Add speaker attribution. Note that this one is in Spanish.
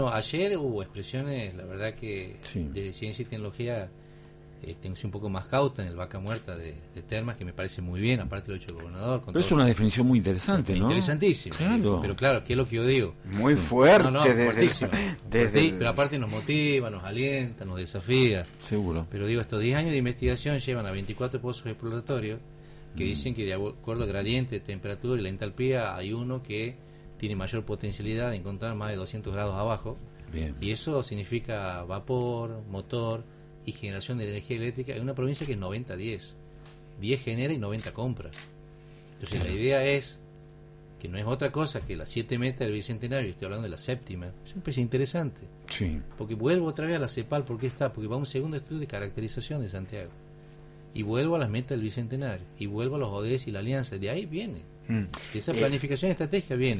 Speaker 1: No, ayer hubo expresiones, la verdad que
Speaker 2: Sí.
Speaker 1: desde ciencia y tecnología eh, tengo que ser un poco más cauta en el vaca muerta de, de Termas, que me parece muy bien, aparte lo ha hecho el gobernador. con
Speaker 2: Pero es
Speaker 1: todo-
Speaker 2: una definición muy interesante, ¿no?
Speaker 1: Interesantísimo.
Speaker 2: Claro.
Speaker 1: Pero claro, ¿qué es lo que yo digo?
Speaker 3: Muy fuerte.
Speaker 1: No, no,
Speaker 3: desde-
Speaker 1: fuertísimo.
Speaker 3: desde
Speaker 1: Fuerti-
Speaker 3: el-
Speaker 1: Pero aparte nos motiva, nos alienta, nos desafía.
Speaker 2: Seguro.
Speaker 1: Pero digo, estos 10 años de investigación llevan a 24 pozos exploratorios que
Speaker 2: Mm.
Speaker 1: dicen que de acuerdo al gradiente de temperatura y la entalpía hay uno que tiene mayor potencialidad de encontrar más de 200 grados abajo.
Speaker 2: Bien.
Speaker 1: Y eso significa vapor, motor y generación de energía eléctrica en una provincia que es 90-10. 10 genera y 90 compra. Entonces la idea es que no es otra cosa que las 7 metas del Bicentenario, estoy hablando de la séptima, siempre es interesante.
Speaker 2: Sí.
Speaker 1: Porque vuelvo otra vez a la CEPAL, porque está, porque va un segundo estudio de caracterización de Santiago. Y vuelvo a las metas del Bicentenario, y vuelvo a los ODS y la Alianza, de ahí viene.
Speaker 3: Mm.
Speaker 1: De esa
Speaker 3: Eh,
Speaker 1: planificación estratégica viene.